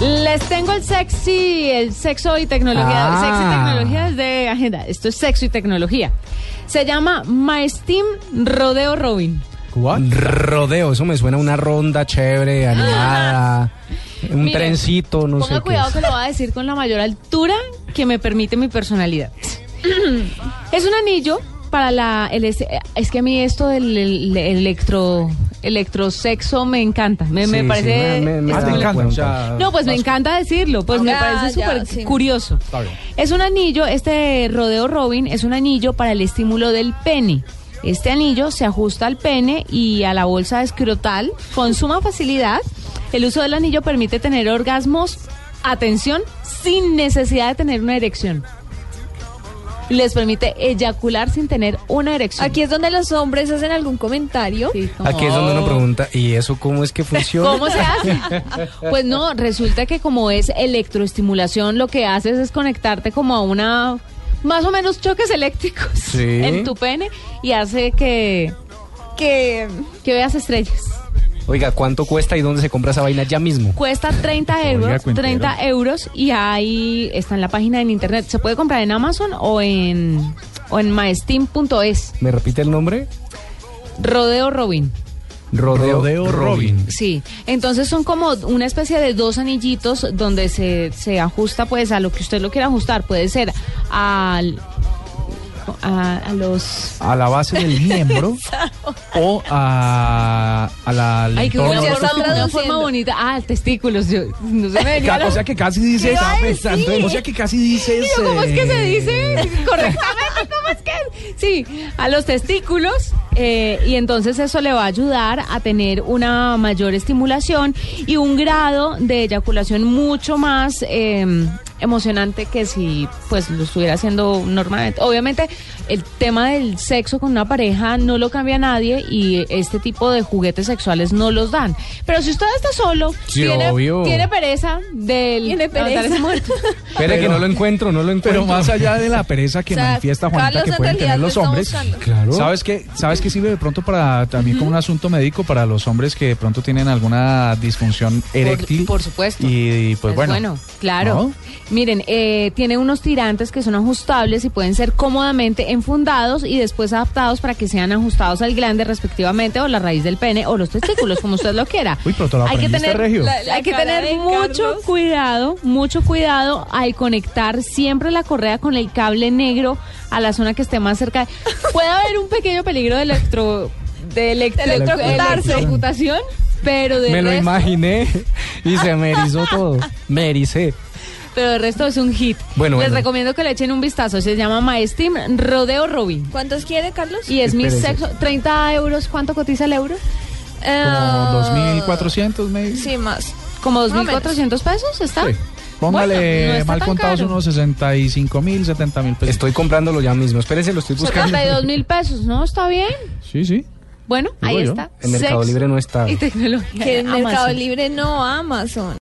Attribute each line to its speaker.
Speaker 1: Les tengo el sexy, el sexo y tecnología.
Speaker 2: Ah.
Speaker 1: Sexy y tecnología es de agenda. Esto es sexo y tecnología. Se llama My Steam Rodeo Robin.
Speaker 2: Rodeo, eso me suena a una ronda chévere, animada, un
Speaker 1: Ah. Mire,
Speaker 2: trencito, no sé
Speaker 1: Ponga
Speaker 2: qué.
Speaker 1: cuidado
Speaker 2: es.
Speaker 1: que lo voy a decir con la mayor altura que me permite mi personalidad. es un anillo para la... el es, es que a mí esto del el- el electro electrosexo me encanta. Me, me
Speaker 2: Sí, sí,
Speaker 1: parece...
Speaker 2: me- me- me
Speaker 3: Ah,
Speaker 2: da
Speaker 3: te encanta.
Speaker 2: cuenta.
Speaker 3: O sea,
Speaker 1: No, pues me encanta decirlo, pues me
Speaker 4: Ah, Ya,
Speaker 1: parece
Speaker 4: ya,
Speaker 1: súper
Speaker 4: sí.
Speaker 1: curioso. Es un anillo, este rodeo Robin es un anillo para el estímulo del pene. Este anillo se ajusta al pene y a la bolsa escrotal con suma facilidad. El uso del anillo permite tener orgasmos, atención, sin necesidad de tener una erección. Les permite eyacular sin tener una erección.
Speaker 4: Aquí es donde los hombres hacen algún comentario.
Speaker 1: Sí, como-
Speaker 2: Aquí es donde uno pregunta, ¿y eso cómo es que funciona?
Speaker 1: ¿Cómo se hace? Pues no, resulta que como es electroestimulación, lo que haces es conectarte como a una más o menos choques eléctricos
Speaker 2: Sí.
Speaker 1: en tu pene y hace que
Speaker 4: Que
Speaker 1: que veas estrellas.
Speaker 2: Oiga, ¿cuánto cuesta y dónde se compra esa vaina ya mismo?
Speaker 1: Cuesta 30 euros, 30 euros y ahí está en la página en internet. Se puede comprar en Amazon o en o en maesteam.es.
Speaker 2: ¿Me repite el nombre?
Speaker 1: Rodeo Robin.
Speaker 2: Rodeo,
Speaker 3: Rodeo Robin.
Speaker 1: Sí, entonces son como una especie de dos anillitos donde se, se ajusta pues a lo que usted lo quiera ajustar. Puede ser al, a, a los...
Speaker 3: A la base del miembro o a, a la. al
Speaker 1: Ay, que
Speaker 3: entorno
Speaker 1: una,
Speaker 4: ya
Speaker 3: del
Speaker 1: forma,
Speaker 4: están
Speaker 1: una
Speaker 4: traduciendo.
Speaker 1: forma bonita. Ah, testículos. Yo, Ah, no se me venía
Speaker 3: Ca-
Speaker 1: la-
Speaker 3: O sea que casi dices.
Speaker 4: iba a decir?
Speaker 3: O sea que casi dices.
Speaker 1: Yo, ¿Cómo es que se
Speaker 3: eh,
Speaker 1: dice correctamente? ¿Cómo es que? Sí, a los testículos. eh, y entonces eso le va a ayudar a tener una mayor estimulación y un grado de eyaculación mucho más eh, emocionante que si pues lo estuviera haciendo normalmente. Obviamente el tema del sexo con una pareja no lo cambia nadie y este tipo de juguetes sexuales no los dan. Pero si usted está solo,
Speaker 2: Sí,
Speaker 1: tiene,
Speaker 2: obvio.
Speaker 1: tiene pereza del
Speaker 4: Tiene pereza.
Speaker 1: levantar ese muerto.
Speaker 2: Espere que
Speaker 3: Pero-
Speaker 2: no lo encuentro, no lo encuentro.
Speaker 3: Pero más allá de la pereza que
Speaker 4: O sea,
Speaker 3: manifiesta Juanita
Speaker 4: Carlos
Speaker 3: que
Speaker 4: en
Speaker 3: pueden
Speaker 4: realidad
Speaker 3: tener
Speaker 4: lo
Speaker 3: los
Speaker 4: está
Speaker 3: hombres.
Speaker 4: buscando.
Speaker 2: Claro.
Speaker 3: ¿Sabes qué? ¿Sabes qué sirve de pronto para también como un asunto médico para los hombres que de pronto tienen alguna disfunción eréctil?
Speaker 1: por supuesto.
Speaker 3: Y, pues
Speaker 1: Es
Speaker 3: bueno.
Speaker 1: claro.
Speaker 3: ¿No?
Speaker 1: Miren, eh, tiene unos tirantes que son ajustables y pueden ser cómodamente enfundados y después adaptados para que sean ajustados al glande respectivamente o la raíz del pene o los testículos, como usted lo quiera.
Speaker 3: Uy, pero te lo
Speaker 1: Hay que
Speaker 3: aprendiste,
Speaker 1: tener,
Speaker 3: Regio.
Speaker 1: la- la- hay que
Speaker 4: cara
Speaker 1: tener
Speaker 4: de
Speaker 1: mucho
Speaker 4: Carlos.
Speaker 1: cuidado, mucho cuidado al conectar siempre la correa con el cable negro a la zona que esté más cerca. Puede haber un pequeño peligro de electro de electro-
Speaker 4: electrocutarse.
Speaker 1: electrocutación, pero de
Speaker 2: Me lo
Speaker 1: resto-
Speaker 2: imaginé y se me erizó todo. Me ericé.
Speaker 1: pero el resto es un hit.
Speaker 2: Bueno,
Speaker 1: Les
Speaker 2: bueno.
Speaker 1: recomiendo que le echen un vistazo. Se llama Maestim Rodeo Robin.
Speaker 4: ¿Cuántos quiere, Carlos?
Speaker 1: Y es mi
Speaker 2: Espérense.
Speaker 1: sexo. 30 euros. ¿Cuánto cotiza el euro?
Speaker 3: Como
Speaker 4: Ah,
Speaker 3: 2.400, maybe.
Speaker 4: Sí, más.
Speaker 1: Como
Speaker 4: Más o menos.
Speaker 1: 2.400 pesos, ¿está?
Speaker 3: Sí. Póngale
Speaker 1: Bueno, no está
Speaker 3: mal
Speaker 1: tan
Speaker 3: contados
Speaker 1: caro.
Speaker 3: unos 65 mil, 70 mil pesos.
Speaker 2: Estoy comprándolo ya mismo. Espérese, lo estoy buscando.
Speaker 1: 72 mil pesos, ¿no? ¿Está bien?
Speaker 3: Sí, sí.
Speaker 1: Bueno, ahí
Speaker 3: yo.
Speaker 1: está.
Speaker 2: En Mercado
Speaker 1: Sexo
Speaker 2: Libre no está.
Speaker 1: Y tecnología.
Speaker 4: Que en
Speaker 1: Amazon.
Speaker 4: Mercado Libre no Amazon.